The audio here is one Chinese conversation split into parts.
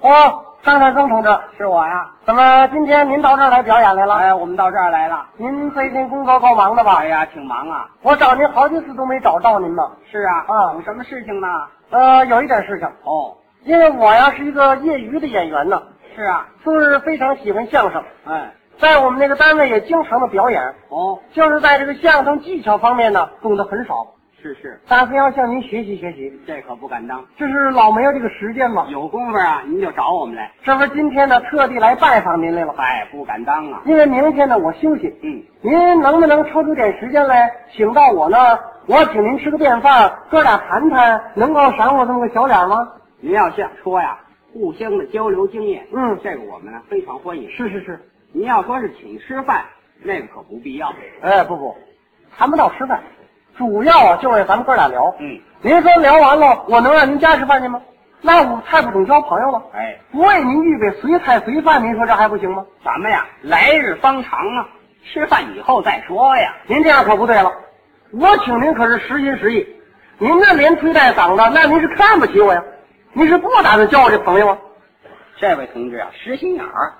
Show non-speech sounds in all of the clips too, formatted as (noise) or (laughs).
哦，张善生同志，是我呀。怎么今天您到这儿来表演来了？哎，我们到这儿来了。您最近工作够忙的吧哎？呀，挺忙啊。我找您好几次都没找到您呢。是啊。啊有什么事情呢？呃，有一点事情，哦，因为我呀是一个业余的演员呢，是啊。就是非常喜欢相声，哎，在我们那个单位也经常的表演，哦，就是在这个相声技巧方面呢懂得很少，是是，打算要向您学习学习。这可不敢当。这是老没有这个时间嘛，有功夫啊，您就找我们来。这不是今天呢特地来拜访您来了，哎，不敢当啊。因为明天呢我休息，嗯，您能不能抽出点时间来，请到我那儿，我请您吃个便饭，哥俩谈谈，能够赏我这么个小脸吗？您要想说呀，互相的交流经验，嗯这个我们呢非常欢迎。是是是，您要说是请吃饭，那个可不必要。哎，不不，谈不到吃饭，主要啊就是咱们哥俩聊。嗯，您说聊完了，我能让您家吃饭去吗？那我太不懂交朋友了，哎，不为您预备随菜随饭，您说这还不行吗？咱们呀，来日方长啊，吃饭以后再说呀。您这样可不对了，我请您可是实心实意，您那连推带搡的，那您是看不起我呀？您是不打算交我这朋友啊？这位同志啊，实心眼儿。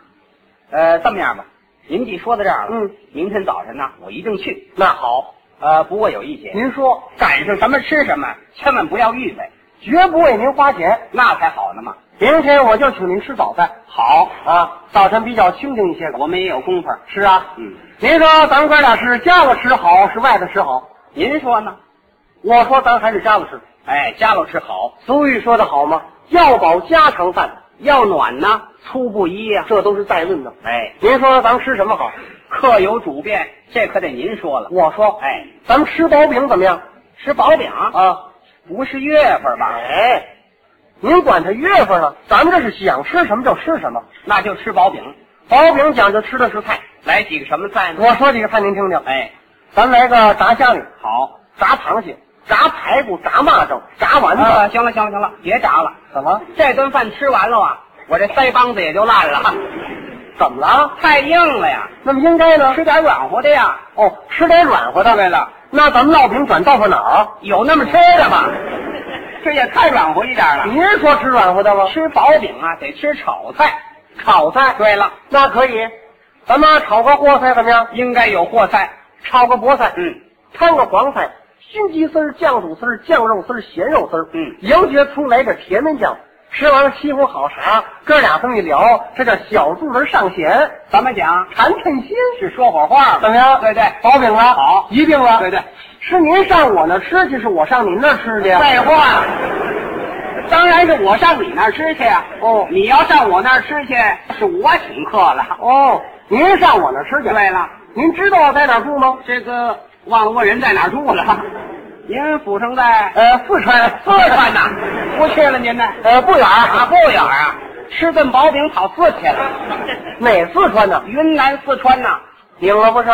呃，这么样吧，您既说到这儿了，嗯，明天早晨呢，我一定去。那好，呃，不过有一节，您说赶上什么吃什么，千万不要预备，绝不为您花钱，那才好呢嘛。明天我就请您吃早饭好，啊，早晨比较清静一些我们也有功夫。是啊，嗯，您说咱们哥俩是家里吃好，是外头吃好？您说呢？我说咱还是家里吃。哎，家里吃好，俗语说得好嘛，要饱家常饭，要暖呢，粗布衣呀、这都是在论的。哎，您说咱们吃什么好？客有主便，这可得您说了。我说，哎，咱们吃薄饼怎么样？吃薄饼啊，不是月份吧？哎，您管它月份了，咱们这是想吃什么就吃什么。那就吃薄饼。薄饼讲究吃的是菜，来几个什么菜呢？我说几个菜您听听。哎，咱来个炸虾米、好。炸螃蟹、炸排骨、炸蚂蚱、炸丸子。啊，行了行了行了，别炸了。怎么？这顿饭吃完了啊，我这腮帮子也就烂了，怎么了？太硬了呀，那么应该呢？吃点软和的呀。哦，吃点软和的。对了，那咱们烙饼转豆腐脑儿，嗯有那么吃的吗？这也太软和一点了。您说吃软和的吗？吃薄饼啊，得吃炒菜。炒菜。对了，那可以，咱们炒个和菜怎么样？应该有和菜。炒个菠菜，嗯，摊个黄菜，熏鸡丝儿、酱肚丝儿、酱肉丝儿、咸肉丝儿，嗯洋节葱来点甜面酱。吃完了沏壶好茶，啊哥俩这么一聊，这叫小肚儿上弦，咱们讲谈谈心。是说火话怎吧？么样？对对薄饼了，好一定了。对对，是您上我那吃去，是我上您那吃去呀？废话，当然是我上你那儿吃去呀。哦你要上我那儿吃去，是我请客了。哦，您上我那吃去。对了，您知道我在哪儿住吗？这个忘问人在哪儿住了？您府城在 (laughs) 呃，四川，四川呐， (laughs) 不去了您呢？呃，不远啊，啊，不远啊，吃顿薄饼跑四去了。 (laughs) 哪四川呢？云南四川呐，领了不是？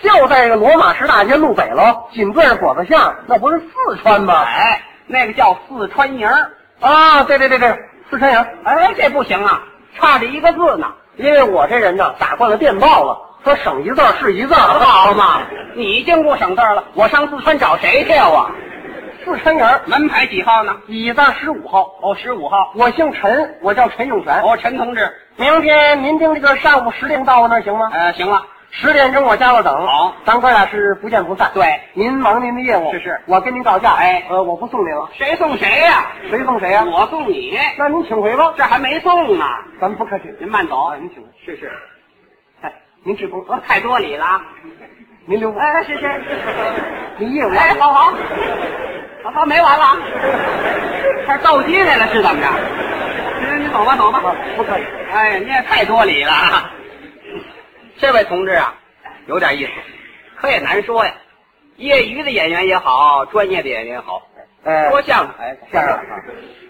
就在这个罗马市大街路北喽，紧对着果子巷，那不是四川吗？哎，那个叫四川营儿。啊，对对对对，四川营。哎，这不行啊，差着一个字呢。因为我这人呢，打惯了电报了，说省一字儿是一字儿，啊好嘛，你经过省字儿了，我上四川找谁去啊？我四川营门牌几号呢？乙字十五号，哦，十五号。我姓陈，我叫陈永泉。哦，陈同志，明天您定这个上午十点到我那儿行吗？呃，行了，十点钟我家了等。好，咱哥俩是不见不散。对，您忙您的业务。是是我跟您告假。哎呃，我不送您了，谁送谁呀、谁送谁呀、我送你，那您请回吧。这还没送呢。咱们不客气，您慢走，啊您请。是是，哎，您只顾我太多礼了啊。您留步，(laughs) 哎，是是，您业务哎，(laughs) 好好，好好，没完了啊，还斗鸡来了是怎么着？行，你走吧，走吧。啊不可以。哎，你也太多礼了啊。这位同志啊，有点意思，可也难说呀。业余的演员也好，专业的演员也好，哎，说相声，哎，先生，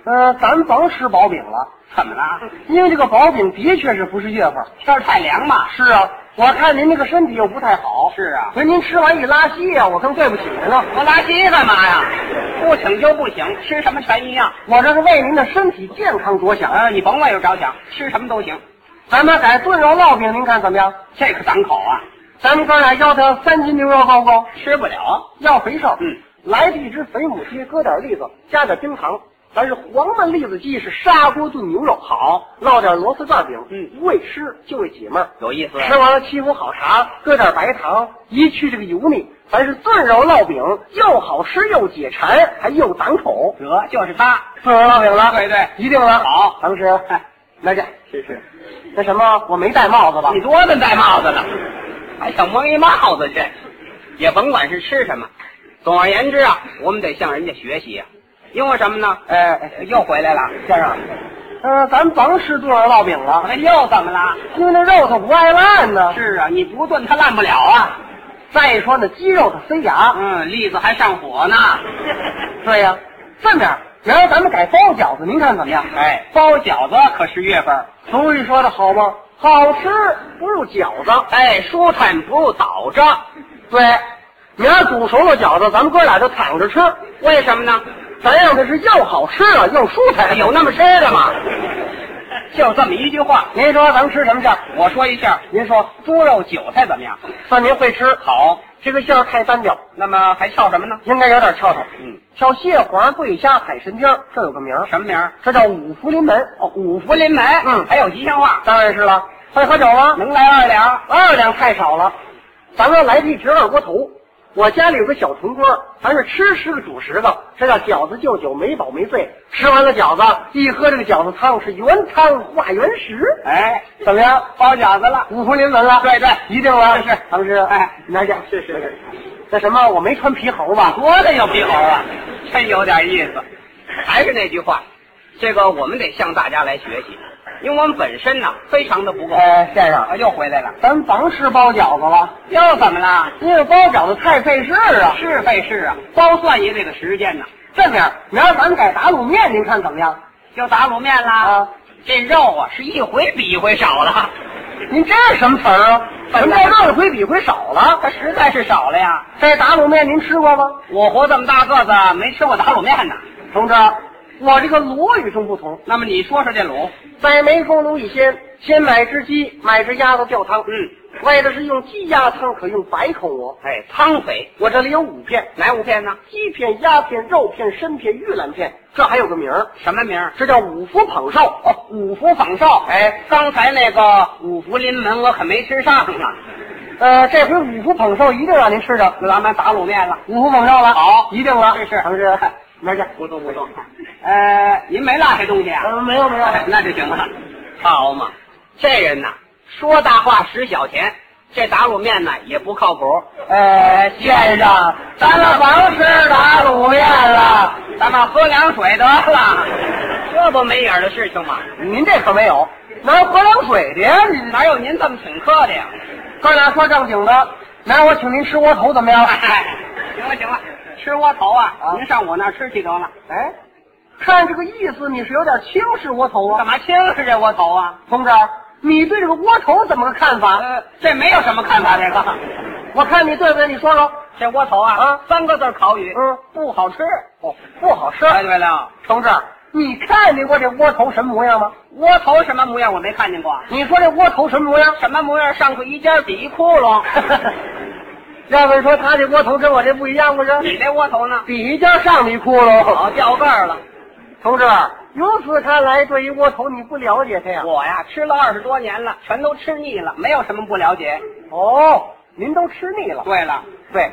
呃，咱甭吃薄饼了，怎么了？因为这个薄饼的确是不是月份。天儿太凉嘛。是啊，我看您这个身体又不太好。是啊所以您吃完一拉稀呀、我更对不起您了。我拉稀干嘛呀？不请就不请，吃什么全一样。我这是为您的身体健康着想。呃，你甭为我着想，吃什么都行。咱们改炖肉烙饼，您看怎么样？这个档口啊，咱们哥俩要它三斤牛肉够不够？吃不了。要肥瘦。嗯，来一只肥母鸡，搁点栗子，加点冰糖，咱是黄焖栗子鸡，是砂锅炖牛肉，好，烙点螺丝转饼，嗯不为吃就为解闷儿。有意思。吃完了沏壶好茶，搁点白糖，一去这个油腻。咱是炖肉烙饼，又好吃又解馋，还又挡口。得就是他，炖肉烙饼了，对对一定了。好咱们吃。哎，来这，是是。那什么，我没戴帽子吧你？多大戴帽子了，还想蒙一帽子去？也甭管是吃什么，总而言之啊，我们得向人家学习啊。因为什么呢？哎哎呃又回来了，先生，嗯、咱甭吃炖肉烙饼了，啊那又怎么了？因为那肉它不爱烂呢。是啊，你不炖它烂不了啊。再说那鸡肉它塞牙。嗯，栗子还上火呢。对呀、这么样，明儿咱们改包饺子，您看怎么样？哎，包饺子可是月份儿，俗语说的好吗？好吃不如饺子。哎，舒坦不入倒着。对，明儿煮熟了饺子，咱们哥俩就躺着吃，为什么呢？咱让它是又好吃了又舒哎坦。有那么吃的吗？就这么一句话，您说咱们吃什么馅儿？我说一下，您说，猪肉韭菜怎么样？算您会吃。好，这个馅儿太单调，那么还翘什么呢？应该有点翘头。嗯，小蟹黄桂虾海参丁儿，这有个名儿，什么名儿？这叫五福临门。哦，五福临门，嗯还有吉祥话，当然是了。会喝酒吗？能来二两。二两太少了，咱们来一只二锅头。我家里有个小铜锅，咱是吃十个煮十个，这叫饺子就酒，没饱没醉。吃完了饺子，一喝这个饺子汤是原汤化原食。哎，怎么样？包饺子了，五福临门了？对对一定了。是是唐师，哎，拿下。是是是。那什么，我没穿皮猴吧？多的有皮猴啊，真有点意思。还是那句话，这个我们得向大家来学习，因为我们本身呢非常的不够。哎，先生，啊，又回来了，咱甭吃包饺子了，又怎么了？因为包饺子太费事儿啊。是费事啊，包算计这个时间呢，这么样，明儿咱们改打卤面，您看怎么样？就打卤面啦。啊这肉啊是一回比一回少了，您这是什么词儿啊？本什么来叫肉一回比一回少了？它实在是少了呀。这打卤面您吃过吗，我活这么大个子，没吃过打卤面呢。同志？我这个卤与众不同，那么你说说这卤，在湄公卤以前，先买只鸡，买只鸭子吊汤。嗯，为的是用鸡鸭汤，可用百口蘑。哎，汤肥，我这里有五片，哪五片呢？鸡片、鸭片、肉片、参片、玉兰片，这还有个名儿，什么名儿？这叫五福捧寿。哦，五福仿寿。哎，刚才那个五福临门，我可没吃上啊。呃，这回五福捧寿一定让您吃着。那咱们打卤面了。五福捧寿了，好一定了。这是同志，拿去。不错不错。呃，您没落下东西啊？嗯，没有没有。那就行了。好嘛，这人呐，说大话使小钱，这打卤面呢也不靠谱。呃，先生，咱们甭吃打卤面了。咱们喝凉水得了，这不没影儿的事情吗？您这可没有，拿喝凉水去呀？你哪有您这么请客的呀？ (laughs) 哥俩说正经的，拿我请您吃窝头怎么样？哎，行了行了，吃窝头啊啊！您上我那儿吃去得了。哎，看这个意思，你是有点轻视窝头干啊，嘛轻视这窝头啊？同志，你对这个窝头怎么个看法？呃，这没有什么看法，这个我看你对不对？你说说。这窝头啊，啊三个字儿口语，嗯，不好吃。哦，不好吃。哎，对了，同志，你看见过这窝头什么模样吗？窝头什么模样我没看见过，你说这窝头什么模样？ (laughs) 什么模样上去一尖儿比一窟窿。要不然说他这窝头跟我这不一样，不是？你这窝头呢？比一家上的一窟窿。好掉个儿了。同志，由此看来，对于窝头你不了解他呀？我呀，吃了二十多年了，全都吃腻了，没有什么不了解。哦，您都吃腻了。对了，对，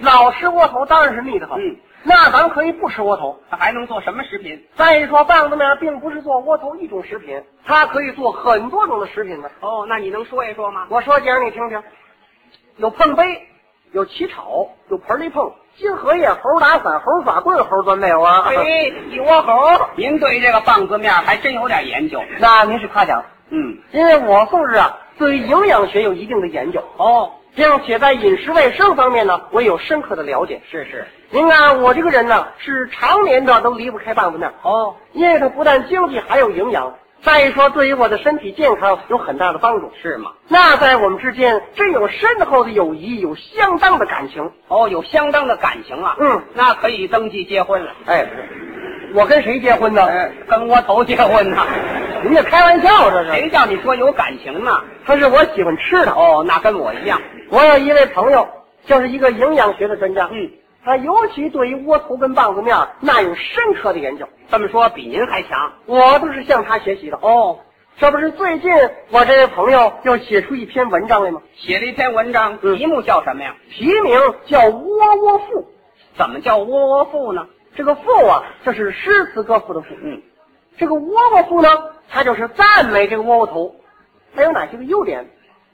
老吃窝头当然是腻得很。嗯，那咱可以不吃窝头。它还能做什么食品？再说棒子面并不是做窝头一种食品，它可以做很多种的食品呢。哦，那你能说一说吗？我说几样你听听，有碰杯，有起炒，有盆里碰，金荷叶、猴打伞、猴耍棍、猴钻啊被窝。嘿，一窝猴！您对这个棒子面还真有点研究。 (laughs) 那您是夸奖，嗯，因为我素质啊对营养学有一定的研究，哦，并且在饮食卫生方面呢，我有深刻的了解。是是，您看我这个人呢，是常年的都离不开棒子面。哦，因为它不但经济，还有营养。再说，对于我的身体健康有很大的帮助。是吗？那在我们之间，真有深厚的友谊，有相当的感情。哦，有相当的感情啊。嗯，那可以登记结婚了。哎，我跟谁结婚呢？呃，跟窝头结婚呢？您这开玩笑这是？谁叫你说有感情呢？他啊是我喜欢吃的。哦，那跟我一样。我有一位朋友，就是一个营养学的专家。嗯，啊，尤其对于窝头跟棒子面儿那有深刻的研究。这么说比您还强我都是向他学习的哦。这不是最近我这位朋友又写出一篇文章来吗？写了一篇文章，题目叫什么呀？题名叫《窝窝赋》，怎么叫窝窝赋呢？这个赋啊，这是诗词歌赋的赋。嗯，这个窝窝赋呢，它就是赞美这个窝窝头，它有哪些个优点，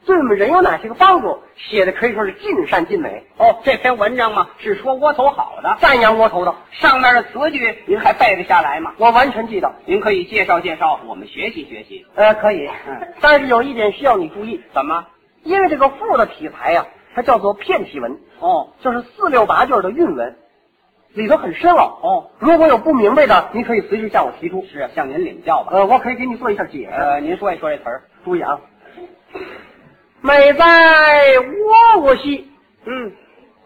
对我们人有哪些个帮助，写的可以说是尽善尽美，哦，这篇文章嘛是说窝头好的，赞扬窝头的，上面的词句您还背得下来吗？我完全记得。您可以介绍介绍，我们学习学习。呃，可以嗯，但是有一点需要你注意，怎么？因为这个赋的题材呀、它叫做片体文，哦就是四六八句儿的韵文，里头很深奥。哦，如果有不明白的，您可以随时向我提出，是啊，向您领教吧。呃，我可以给你做一下解释。呃，您说一说这词儿。注意啊，美哉窝窝兮，嗯，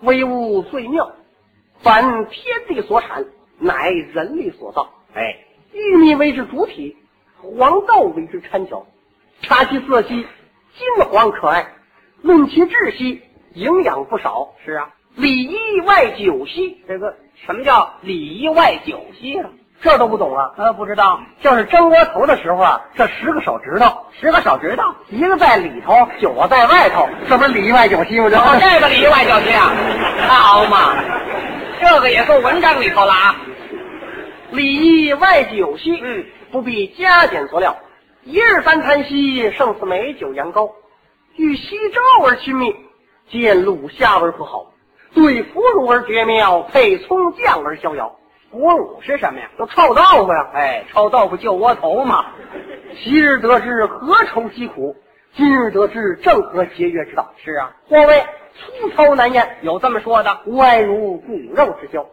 微物最妙，本天地所产，乃人力所造。哎，玉米为之主体，黄豆为之掺嚼。察其色兮，金黄可爱；论其质兮，营养不少。是啊，里衣外酒兮，这个什么叫里衣外酒兮啊？这都不懂啊？呃，不知道，就是蒸窝头的时候啊，这十个手指头，十个手指头。一个在里头，九个在外头，这不是里外九西吗？这 (laughs) 哦，这个里外叫这样，好嘛，这个也够文章里头了啊。里衣外九西，嗯，不必加减佐料。一日三餐兮，胜似美酒羊羔。与西周而亲密，见鲁虾而不好。对腐乳而绝妙，配葱酱而逍遥。腐乳是什么呀？都臭豆腐呀！哎，臭豆腐就窝头嘛。昔日得知何愁疾苦，今日得知正合节约之道。是啊，或谓粗糙难咽，有这么说的。无爱如骨肉之交。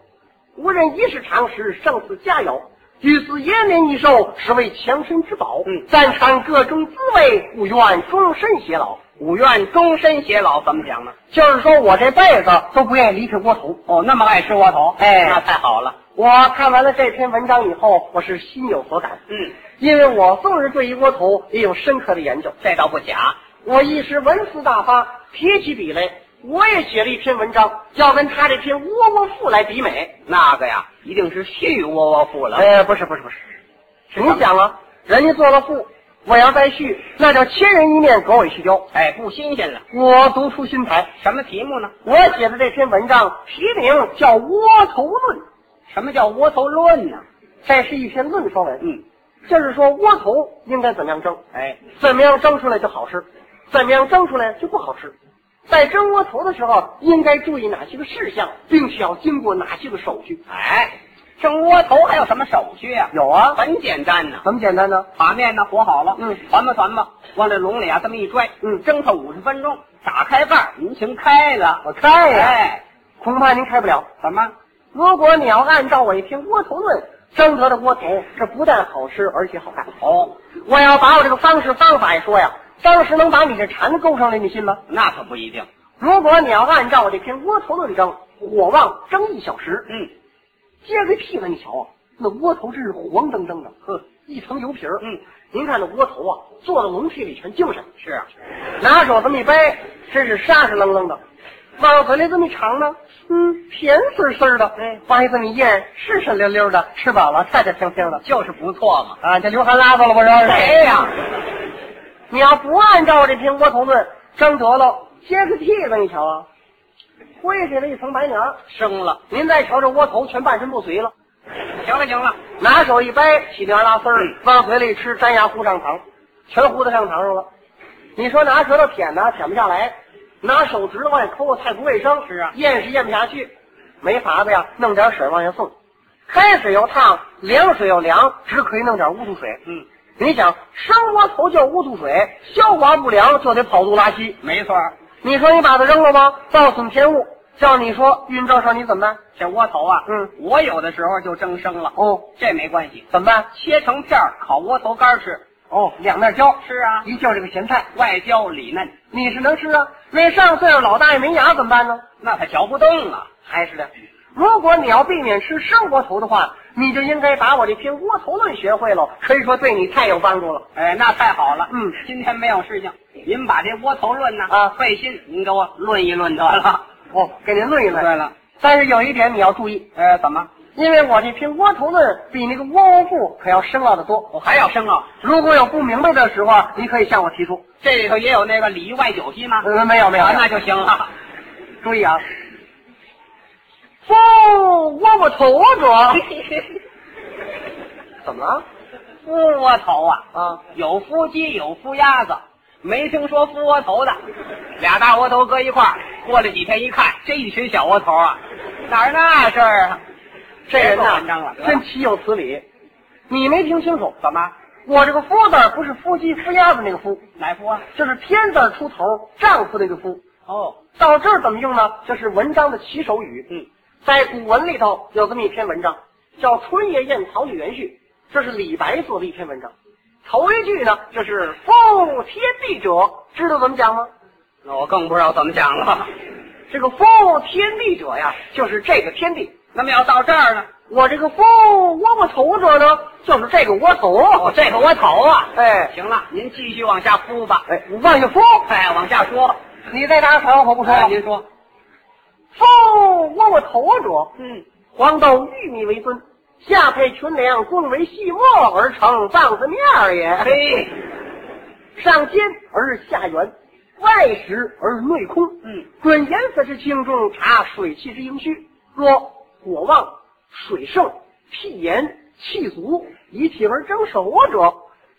无人一世常识，胜似佳肴。举此延年益寿，实为强身之宝。嗯但尝各种滋味，故愿终身偕老。五愿终身偕老怎么讲呢？就是说我这辈子都不愿意离开窝头。哦，那么爱吃窝头，哎那太好了。我看完了这篇文章以后，我是心有所感，嗯，因为我纵是对于窝头也有深刻的研究。这倒不假。我一时文思大发，提起笔来，我也写了一篇文章，要跟他这篇《窝窝赋》来比美。那个呀，一定是续窝窝赋了。哎，不是不是不是，是你想啊，人家做了赋，我要再续，那叫千人一面，狗尾续貂。哎，不新鲜了。我独出心裁，什么题目呢？我写的这篇文章题名叫《窝头论》，什么叫窝头论呢？这是一篇论说文。嗯，就是说窝头应该怎么样蒸，哎，怎么样蒸出来就好吃，怎么样蒸出来就不好吃。在蒸窝头的时候，应该注意哪些个事项，并且要经过哪些个手续？哎，蒸窝头还有什么手续啊？有啊，很简单呐、怎么简单呢？把面呢和好了，嗯团吧团吧，往这笼里啊这么一拽，嗯蒸它五十分钟，打开盖儿，您请开了，我开呀哎，恐怕您开不了。怎么？如果你要按照我一篇窝头论蒸得的窝头，这不但好吃，而且好看。哦，我要把我这个方式方法一说呀，当时能把你这馋勾上来，你信吗？那可不一定。如果你要按照我这篇窝头论蒸，火旺蒸一小时，嗯接着屁股你瞧啊，那窝头真是黄澄澄的，呵，一层油皮儿。嗯，您看那窝头啊，做的笼屉里全精神，是啊，拿手这么一掰，真是沙沙楞楞的。往嘴里这么一尝呢，嗯，甜丝丝的。哎往下这么一咽，湿湿溜溜的，吃饱了，菜菜香香的。就是不错嘛。啊，这流汗拉子了不是？谁呀？你要不按照这篇窝头论蒸得了，接个屁子你瞧啊，灰起来一层白娘儿。生了。您再瞧这窝头，全半身不遂了。行了行了，拿手一掰，起凉拉丝儿嗯，往嘴里吃，粘牙糊上膛，全糊到上膛上了。你说拿舌头舔呢，舔不下来；拿手指头往下抠，太不卫生。是啊咽是咽不下去，没法子呀，弄点水往下送，开水又烫，凉水又凉，只可以弄点乌吐水。嗯，你想，生窝头叫乌吐水，消化不良就得跑肚拉稀。没错儿，你说你把它扔了吧，暴损天物。叫你说晕这事儿你怎么办？这窝头啊，嗯，我有的时候就蒸生了，哦，这没关系，怎么办？切成片儿烤窝头干儿吃。哦，两面浇，是啊，一就是个咸菜。外焦里嫩，你是能吃啊？那上岁数老大爷没牙怎么办呢？那它嚼不动啊。还是的，如果你要避免吃生窝头的话，你就应该把我这篇窝头论学会了，可以说对你太有帮助了。哎，那太好了。嗯今天没有事情，您把这窝头论呢啊费心，您给我论一论得了。哦，给您论一论。了，但是有一点你要注意，呃，怎么？因为我这平窝头呢，比那个窝窝布可要深奥的我多。还要升啊？如果有不明白的时候啊，你可以向我提出。这里头也有那个里外九析吗？呃，没有没有，没啊，有那就行嗯了。注意啊！不，窝窝头啊着。 (laughs) 怎么了？夫窝头啊，啊，有夫鸡，有夫鸭子，没听说夫窝头的。俩大窝头搁一块儿，过了几天一看，这一群小窝头啊，哪儿那事儿啊？这人别做呐文章了，真岂有啊此理！你没听清楚，怎么我这个“夫”字儿不是夫妻夫鸭子那个“夫哪夫啊？”，就是天字儿出头，丈夫那个“夫哦，”。到这儿怎么用呢？这是文章的起手语。嗯，在古文里头有这么一篇文章，叫《春夜宴草女元序》，这是李白做的一篇文章。头一句呢，就是“夫天地者”，知道怎么讲吗？那我更不知道怎么讲了。 (laughs) 这个“夫天地者”呀，就是这个天地。那么要到这儿呢？我这个“夫窝窝头者”呢，就是这个窝头。哦，这个窝头啊。哎行了，您继续往下敷吧。哎，你往下说，哎，往下说。你再打岔，我不说了。哎，您说。夫窝窝头者，嗯，黄豆玉米为尊，下配群粮，共为细末而成棒子面儿 (laughs) 也。嘿，上尖而下圆，外实而内空。嗯，准颜色之轻重，察水气之盈虚。若火旺、水盛、气炎、气足，以气而蒸熟者，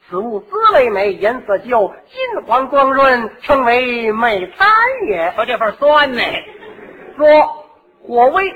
此物滋味美，颜色就金黄光润，称为美餐也。说这份酸呢。若火微